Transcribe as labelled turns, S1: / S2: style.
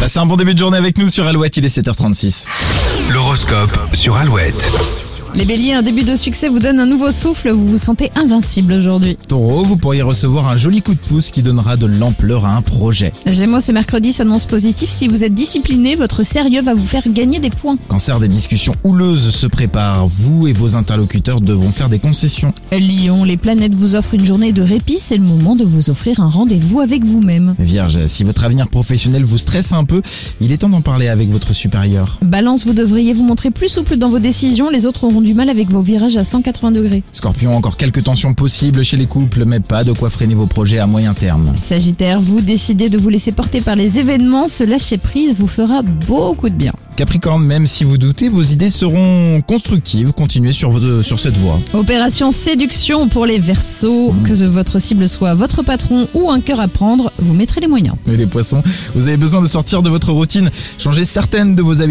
S1: Passez un bon début de journée avec nous sur Alouette, il est 7h36.
S2: L'horoscope sur Alouette.
S3: Les béliers, un début de succès vous donne un nouveau souffle, vous vous sentez invincible aujourd'hui.
S1: Taureau, vous pourriez recevoir un joli coup de pouce qui donnera de l'ampleur à un projet.
S3: Gémeaux, ce mercredi s'annonce positif, si vous êtes discipliné, votre sérieux va vous faire gagner des points.
S1: Cancer, des discussions houleuses se préparent. Vous et vos interlocuteurs devront faire des concessions.
S3: Lyon, les planètes vous offrent une journée de répit, c'est le moment de vous offrir un rendez-vous avec vous-même.
S1: Vierge, si votre avenir professionnel vous stresse un peu, il est temps d'en parler avec votre supérieur.
S3: Balance, vous devriez vous montrer plus souple dans vos décisions, les autres auront du mal avec vos virages à 180 degrés.
S1: Scorpion, encore quelques tensions possibles chez les couples, mais pas de quoi freiner vos projets à moyen terme.
S3: Sagittaire, vous décidez de vous laisser porter par les événements, ce lâcher prise vous fera beaucoup de bien.
S1: Capricorne, même si vous doutez, vos idées seront constructives. Continuez sur, votre- sur cette voie.
S3: Opération séduction pour les versos, que votre cible soit votre patron ou un cœur à prendre, vous mettrez les moyens.
S1: Et les poissons, vous avez besoin de sortir de votre routine, changer certaines de vos habitudes.